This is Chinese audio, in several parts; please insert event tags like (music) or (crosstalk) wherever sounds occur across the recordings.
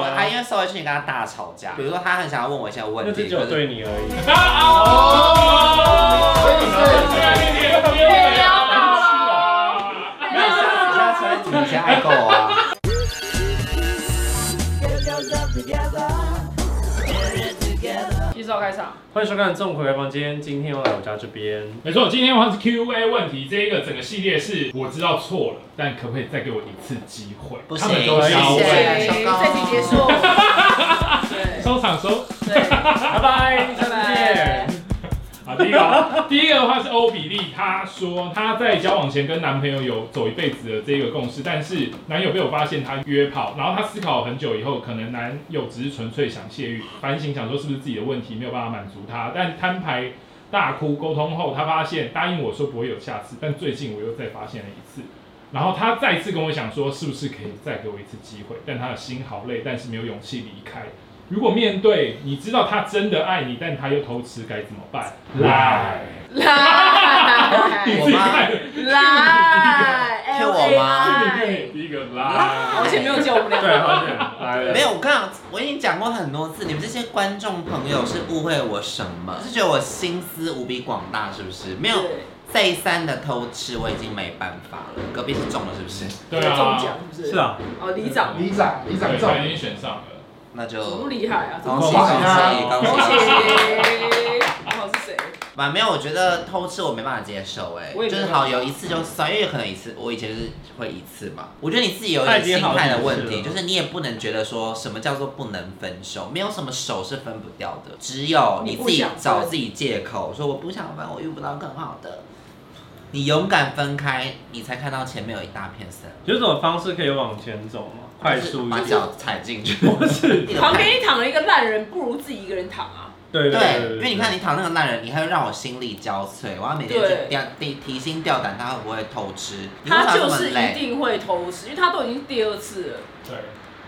我他因为社会去你跟他大吵架，比如说他很想要问我一些问那题，只可有是对你而已。没有下次加车主先爱够啊。一直要开场，欢迎收看《众回房间》，今天又来我家这边。没错，今天我是 Q&A 问题，这一个整个系列是我知道错了，但可不可以再给我一次机会？不行他们都谢要谢问。这集结束。对收场收。对，拜拜，下拜次见拜。。好，啊第一个，第一个的话是欧比利，她说她在交往前跟男朋友有走一辈子的这个共识，但是男友被我发现她约炮，然后她思考很久以后，可能男友只是纯粹想泄欲，反省想说是不是自己的问题没有办法满足她，但摊牌大哭沟通后，她发现答应我说不会有下次，但最近我又再发现了一次。然后她再次跟我讲说，是不是可以再给我一次机会？但她的心好累，但是没有勇气离开。如果面对你知道他真的爱你，但他又偷吃，该怎么办？来，你来自己看， (laughs) 来骗我吗第一个来，而且没有救我们两对，个。好险，哎来了。没有，我跟你讲，我已经讲过很多次，你们这些观众朋友是误会我什么？是觉得我心思无比广大，是不是？啊没有再三的偷吃，我已经没办法了。隔壁是中了，是不是？对中啊，奖是不是？是。啊，哦，里长，里长，里长对，中，他已经选上了。那就多厉害啊！恭喜恭喜恭喜啊恭恭喜恭喜喜！！我是谁？啊，没有，我觉得偷吃我没办法接受、哎，我也就没是办法好有一次就算，因为可能一次，我以前就是会一次嘛。我觉得你自己有一他点已经心好态的几问次题，了就是你也不能觉得说什么叫做不能分手，没有什么手是分不掉的，只有你你不自己想找分自己借口，说我不想分，我遇不到更好的。你勇敢分开，你才看到前面有一大片森林，有种方式可以往前走吗？快速一把点。脚踩进去。 (laughs) 不是，你的旁边一躺了一个烂人，不如自己一个人躺啊！对对，因为你看你躺那个烂人，你还会让我心力交瘁，我要每天去对吊提提心吊胆，他会不会偷吃？你为他啥这就么是一累？定会偷吃，因为他都已经第二次了。对，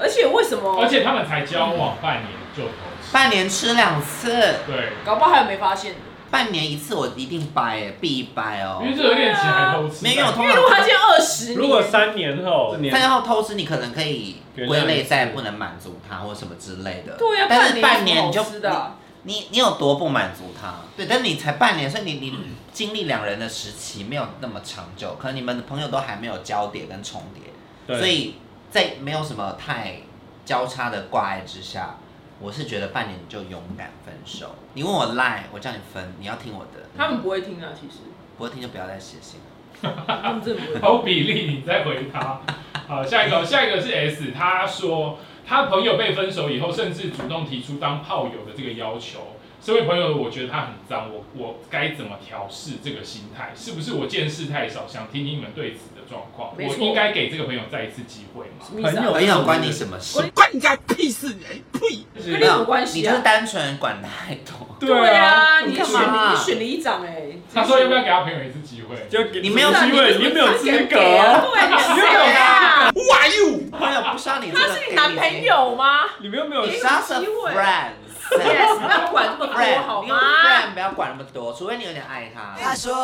而且为什么？而且他们才交往半年就偷半年吃两次，吃，对，搞不好还有没发现的。半年一次，我一定掰欸，必掰哦因。为这有点钱还偷吃，没有，因通为常如果他现在二十年，如果三年后，四三年年后偷吃，你可能可以原谅归一类次在不能满足他或什么之类的。对呀、啊但是半半年年你就有什么好吃的啊，你你有多不满足他？对，但你才半年，所以你你经历两人的时期没有那么长久，可能你们的朋友都还没有交叠跟重叠，对所以在没有什么太交叉的挂碍之下，我是觉得半年就勇敢分手。你问我赖，我叫你分，你要听我的，他们不会听啊，其实不会听就不要再写信了。他们真的不会。好比例，你再回他。好，下一个，下一个是 S，他说他朋友被分手以后，甚至主动提出当炮友的这个要求。身为朋友，我觉得他很脏，我我该怎么调试这个心态？是不是我见识太少？想听听你们对此的状况。没我错应该给这个朋友再一次机会吗？什么意思朋啊友？朋友哎关你什么事？关你家屁事！哎，呸！就是跟你有什么关系你啊就是单纯管太多。对啊，你干选嘛啊你选里长哎，他说要不要给他朋友一次机会？就给你没有机会，你没有资格啊，对，你是谁啊？朋哎友不需要你这他个。是你男朋。友吗你们又没有你只要是有机会 friends。 ？Yes，不 (laughs) 要管这么多好你用吗？ friend 不要管那么多，除非你有点爱他。只是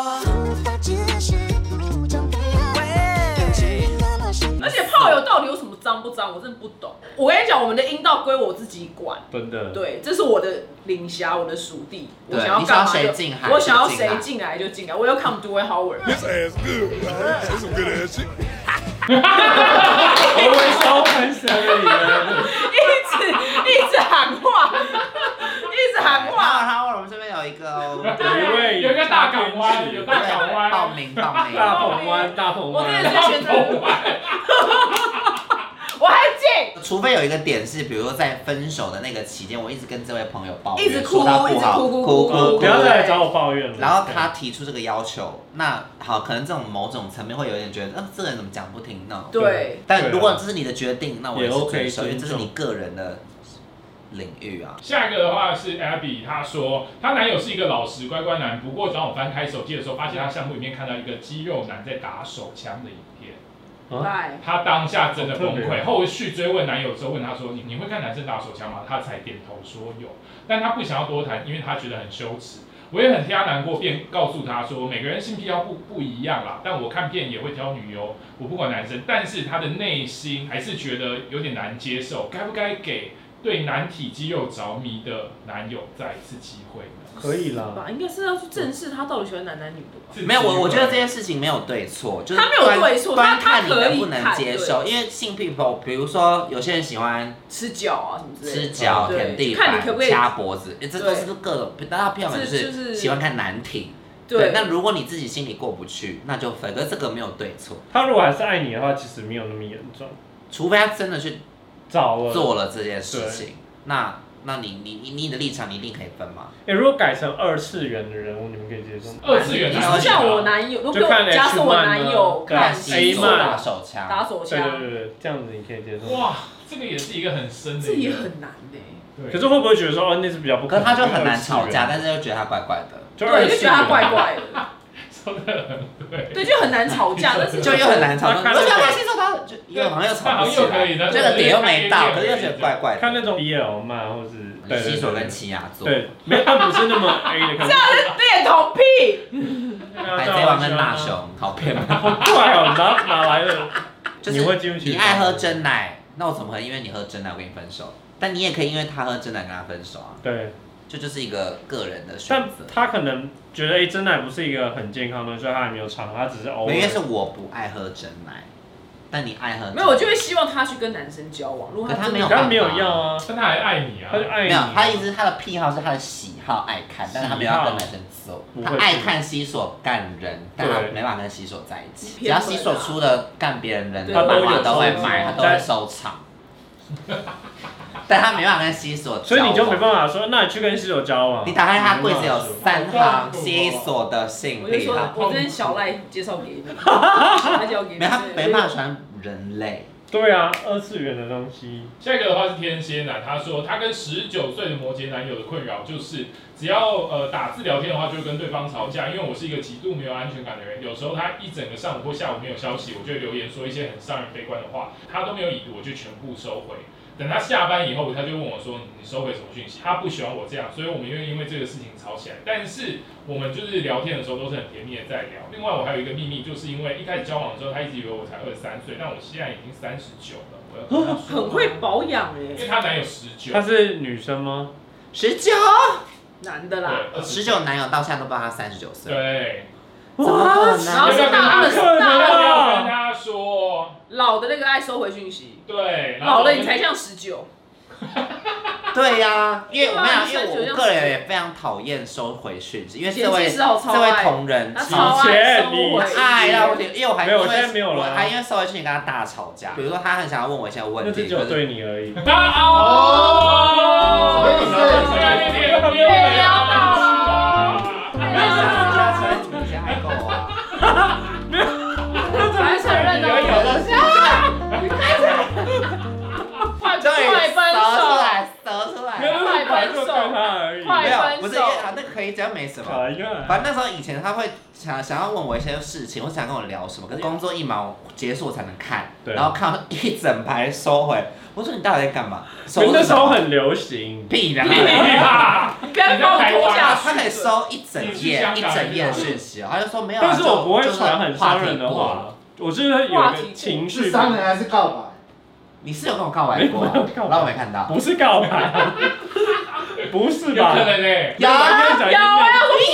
不长大，感情的那些而且炮友到底有什么脏不脏？我真的不懂。我跟你讲，我们的阴道归我自己管。真的，对，这是我的领辖，我的属地，我对想你想要要干嘛谁就进来我就想要进谁来进来就进来。Welcome to w a y Howard。 This ass good, man. That's some good ass shit. 我会烧喷射你的，一直一直喊话，一直喊话。他我们这边有一个哦，有一位有一个大港湾，有大港湾，报名报名。大鹏湾，大鹏我真的湾，是觉得，我还进，除非有一个点是，比如说在分手的那个期间，我一直跟这位朋友抱怨，一直说哭他不好，一直哭哭哭哭哭哦不要再来找我抱怨了。然后他提出这个要求，那好，可能这种某种层面会有点觉得，呃，这个人怎么讲不听呢？对，但如果这是你的决定，那我也也是 OK，接受，因为这是尊你重个人的领域啊。下一个的话是 Abby，她说她男友是一个老实乖乖男，不过当我翻开手机的时候，发现他相簿里面看到一个肌肉男在打手枪的影片，啊，拜。她当下真的崩好特别溃。哦后续追问男友之后，问他说：“你你会看男生打手枪吗？”他才点头说有，但他不想要多谈，因为他觉得很羞耻。我也很替他难过，便告诉他说，每个人性癖好不不一样啦，但我看片也会挑女优，我不管男生，但是他的内心还是觉得有点难接受，该不该给对男体肌肉着迷的男友再一次机会呢？可以啦，吧，应该是要去正视他到底喜欢男男女的吧。是没有我，我觉得这机会件事情没有对错，就是他没有端对错端他他看你可能以不能看接对受，因为性 people，比如说有些人喜欢吃脚啊什么之类吃的，脚、对舔地看你可不可板、以掐脖子，诶这都对是各种。大家票友就这就是是喜欢看难题。对，那如果你自己心里过不去，那就分。可是这个没有对错，他如果还是爱你的话，其实没有那么严重。除非他真的去早了，做了这件事情，那那你你你你的立场你一定可以分嘛？哎、如果改成二次元的人物，你们可以接受吗？二次元哎你男说体像啊我男友，如就果看假设 H1 我男友对看是 A 一星座嘛打打手枪，打手对对枪，对对，这样子你可以接受。哇，这个也是一个很深的这一也个，很难欸的。对可是会不会觉得说，哦，那是比较不可可是他能？就很难因为吵二次元架，但是又觉得他怪怪的，就二对，次元就觉得他怪怪的，说的很对。对，就很难吵架，但是就又很难吵。他看我到觉得他新手他就又好像又吵不起好像又可以来，但是这个点又没到，又可可是以又觉得怪怪看的。那种 BL 嘛，或是对新手跟对奇亚做，对，没有，但不是那么 A 的看 (laughs) 法。恋童癖，海贼王跟大雄，好骗吗？好怪哦，哪哪来的？就是你会进不去你爱喝真奶，那我怎么可能因为你喝真奶我跟你分手？但你也可以因为他喝真奶跟他分手啊，对，这就是一个个人的选但择。他可能觉得哎、真奶不是一个很健康的东西，所以他还没有尝，他只是偶没尔因。为是我不爱喝真奶，但你爱喝真奶。没有，我就会希望他去跟男生交往。如果可他他真没的有他没有要啊，但他还爱你啊他，就爱没你。有，他意思是他的癖好是他的喜好爱看，但是他没有要跟男生做不。会他爱看西索干人，但他没办法跟西索在一起。只要西索出的干别人人的对漫画他都有都会买，他收藏都会收藏。 (laughs) 但他没办法跟西索，所以你就没办。法说，那嗯你去跟室友交往。你打开他柜子有三行对西索的我信就力说了，我这边小赖介绍给你， (laughs) 他介绍给你，没有他没办法喜欢人类。对啊，二次元的东西，下一个的话是天蝎男，他说他跟十九岁的摩羯男友的困扰就是，只要呃打字聊天的话，就会跟对方吵架。因为我是一个极度没有安全感的人，有时候他一整个上午或下午没有消息，我就会留言说一些很伤人悲观的话，他都没有已读，我就全部收回。等他下班以后，他就问我说：“你收回什么讯息？”他不喜欢我这样，所以我们又因为这个事情吵起来。但是我们就是聊天的时候都是很甜蜜的在聊。另外，我还有一个秘密，就是因为一开始交往的时候，他一直以为我才二十三岁，但我现在已经三十九了。我要跟他 (laughs) 说很会保养因为哎，她男友十九她，是女生吗？十九，男的对啦，，呃十九男友到现在都不知道他三十九岁，对，怎么可能然后是大二不可能的大他二啊要跟他说，老的那个爱收回讯息，对，然后老了你才像十九，对呀、因为我跟你讲，对因为啊你我是我个人也非常讨厌收回讯息，因为这剪位辑师好这超位爱同仁他超超爱收你回讯息，爱到不行，哎因为我还没有因为现在没有了啊我还因为收回讯息跟他大吵架。比如说他很想要问我一些问那题，是只可有是对你而已。啊哦，什么意思月要到了。没有他才主家爱狗啊，才承认哦的，有的是啊， (laughs) 快终于 (laughs) 快分折出手，来，折出没有来，快分手就干他而已。快没有，不分是手啊，那可以，只要没什么。哎呀，反正那时候以前他会想想要问我一些事情，我想跟我聊什么，可是工作一忙结束我才能看，对然后看到一整排收回，我说你到底在干嘛？收那什时么候很流行。屁的啦，你不要把我拖下 (laughs) 去，他可以收一整页一整页的讯息哦，他就说没有啊，但是我不会就传很伤人的。就话题过话，我就是有一个情绪，是商人还是告白？你是有跟我告白过啊，没有告白然后我没看到。不是告白，不是有吧可？能嘞，有啊我跟你讲有啊，要说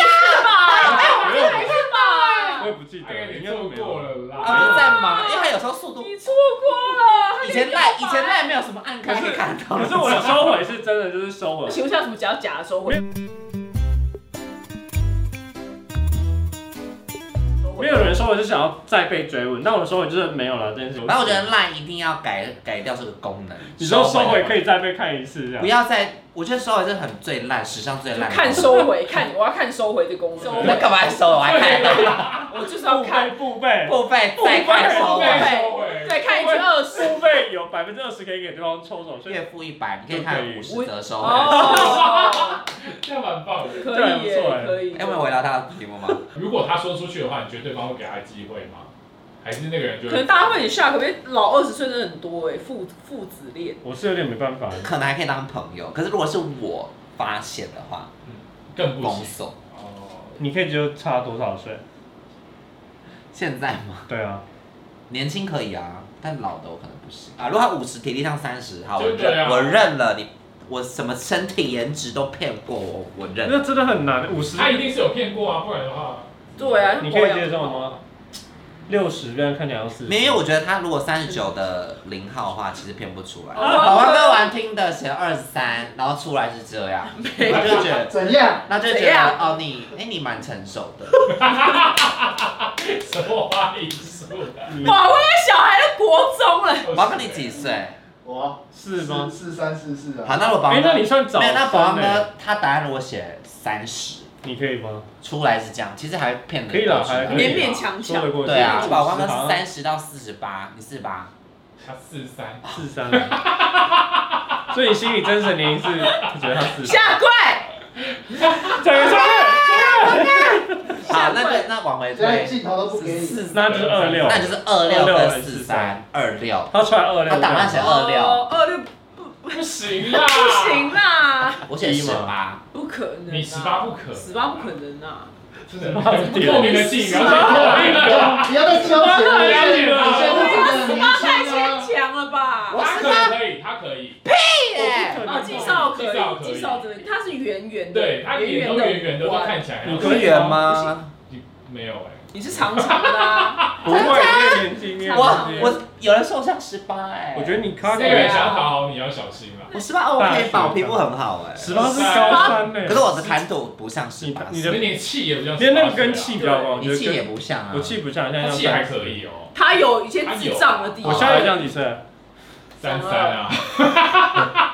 是吧？我也不是吧我？也不记大概得，应你该都错没过有。了我啦。就啊在忙，因为他有时候速度，你错过了，以前赖以前赖没有什么按开可以看到，可是我的收尾是真的，就是收尾。请问一下，什么假假的收回？没有人收尾是想要再被追问，但我的收尾就是没有了这件事。 (laughs) 然后我觉得赖一定要改改掉这个功能，你说收尾可以以再被看一次这样不。要再，我觉得收尾是很最烂，史上最就烂。看，(laughs) 收回，看我要看收回的功能。我干嘛收？我还看 (laughs) 到我就是要付费看，付费付费再看收付尾，费再看一圈二十。付费有百分之二十可以给对方抽走，所以月付一百，你可以看五十折收尾。 (laughs) 哦，这样蛮棒的。可以耶，可以。哎，我有回答他的题目吗？如果他说出去的话，你觉得对方会给他机会吗？还是那个人就可能大家会很吓，可是老二十岁真的很多哎，父父子恋。我是有点没办法。可能还可以当朋友，可是如果是我发现的话，更不封行？锁。哦你可以只有差多少岁？现在吗？对啊，年轻可以啊，但老的我可能不行啊。如果他五十，体力上三十，好，我就对认、啊我认了你，我什么身体颜值都骗过我，我认那真的很难，五十他一定是有骗过啊，不然的话，对啊，你可以接受吗？六十，但看起来要四十。没有，我觉得他如果三十九的零号的话，其实骗不出来。哦宝宝哥玩听的写二十三，然后出来是这 (laughs) 样，没有他就觉得，怎样？那就觉怎得样哦，你哎、你蛮成熟的，什么花艺术啊？哇，我有小孩都国中啊了，宝宝哥你几岁？我是吗？四三四四好，啊。那我宝宝哎，哥那你算早没有，生那宝宝欸。哥他答案如果写三十，你可以吗？出来是这样，其实还骗得可以啦过去还可以勉勉强说强得。过去。对啊，宝宝五哥十好是像三十到四十八，你四十八，他四三，四三了，所以你心里真实的年龄是你觉得他四十？下跪，整个上哎好，那就那往回现在推，镜头都不给你。四那就是二六，那就是二六26跟还是四三，二六，他出来二六，他档案写二六，哦二六不行啦，不行啦，我写一十嘛八。不可能啊。你十八不可，十八不可能啊！真的莫名的进，然后不要再纠结了，了解了你现在是真的年太轻啊牵。强了吧？他可以，他可以，耶哦，纪少可纪少可以以，纪少真的，它是圆圆的，对他脸都圆圆的，都看起来你你可以圆吗？没有哎，你是长长 (laughs) 的啊，不会越年轻越我年轻。我啊有人说我像十八哎，我觉得你咖这个人啡想要讨好你要小心啦。我十八 OK 吧，我皮肤很好哎，十八是高三呢，可是我的谈吐不像十你八，你你的连气也不像，连那个跟气比较高，我觉你得气也跟不像啊我。气不像，现在他像气还可。以哦，它有一些智障的地我方现，在这样几岁？三三啊。 (laughs)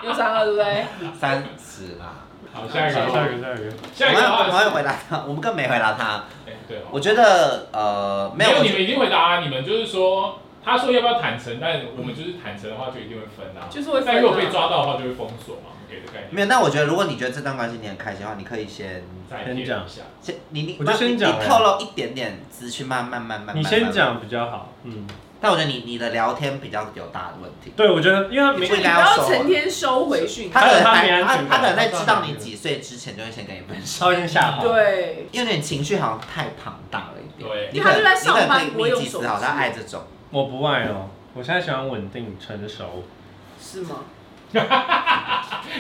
有三个对不对？三十啦。好，下一下个，一个，下一我个。下一们个的要我话们要回答他，我们更没回答他。哎，对哦，我觉得呃没没有有，你们已经回答啊，你们就是说。他说要不要坦诚，但我们就是坦诚的话就一定会分啊。就是会分啊但如果被抓到的话就会封锁嘛，我们给的概念。没有。那我觉得如果你觉得这段关系你很开心的话，你可以先再骗一下，先你你我就先讲你了你透露一点点资讯，慢慢慢慢慢慢。你先。讲比较好，嗯，但我觉得你你的聊天比较有大的问题。对，我觉得，因为他不没你应不该要要收成天收回讯，他可能还有还他没安他全感他可能在知道你几岁之前就会先跟你分手，稍微先吓跑，对，因为你情绪好像太庞大了一点。对你因为他可就能在你可上能班可以不会密用集手思机考，他爱这种。我不爱哦，我现在喜欢稳定成熟，是吗？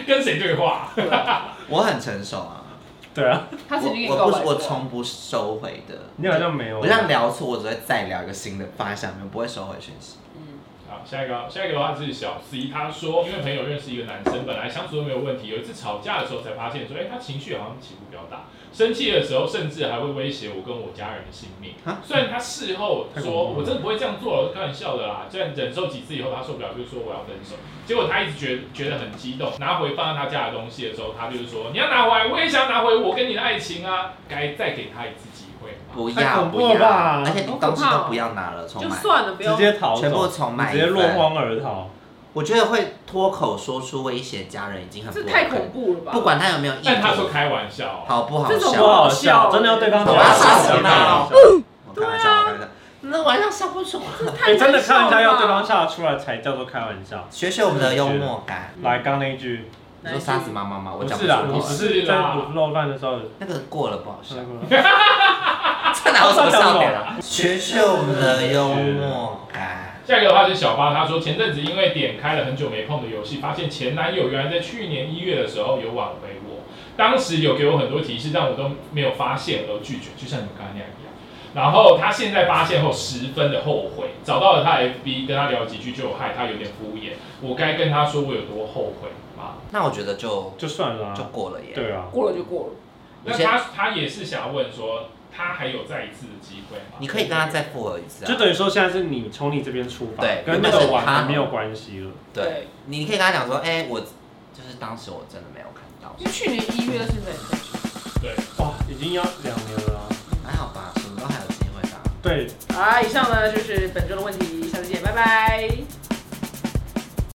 跟谁对话？对啊，我很成熟啊，对啊，他曾经我跟告我白不过我从不收回的。你好像没有，我这样聊错，我只会再聊一个新的放在下面，不会收回讯息。嗯，好，下一个，下一个的话是小 C，他说因为朋友认识一个男生，本来相处都没有问题，有一次吵架的时候才发现说，哎、他情绪好像起伏比较大，生气的时候甚至还会威胁我跟我家人的性命啊。虽然他事后太恐怖说了我真的不会这样做，我是开玩笑的啦，这样忍受几次以后他受不了，就说我要分手。结果他一直觉得觉得很激动，拿回放在他家的东西的时候，他就是说你要拿回来，我也想拿回我跟你的爱情啊，该再给他一次机会吗？不太要恐怖不了要，吧而且你东西都不要拿了，重啊就买。算了，不直用。接逃走，全部重买你直接落荒而逃，我觉得会脱口说出威胁家人已经很不这 OK 太恐怖了吧！不管他有没有意但他说图，开玩笑、哦好不好这种不笑？好哦笑，真的要对方好吧杀死他 (laughs) 我开玩笑，我开玩笑。那晚上笑不啊出来。太哎，真的看人家要对难方受笑了吧得出来才叫做开玩笑。学学我们的幽默感。来，刚那一句你说杀死妈妈吗？我不讲不出嗯是啦，啊你口只欸。是在漏饭的时候，那个过了不好笑，对这哪有什么笑点啊？学学我们的幽默感。下一个的话是小八，他说前阵子因为点开了很久没碰的游戏，发现前男友原来在去年一月的时候有挽回我，当时有给我很多提示，但我都没有发现而拒绝，就像你们刚刚那样一样。然后他现在发现后十分的后悔，找到了他的 FB 跟他聊几句就害他有点敷衍，我该跟他说我有多后悔吗？那我觉得就就算了就啊，过了耶。对啊，过了就过了，那他他也是想要问说，他还有再一次的机会吗？你可以跟他再复合一次就啊。等于说现在是你从你这边出发对，跟那个完全没有关系了。对，你可以跟他讲说，哎，我就是当时我真的没有看到，因为去年一月到现在也在对，哇，已经要两年了啊，还好吧，什么都还有机会的啊。对，好啦，以上呢就是本周的问题，下次见，拜拜。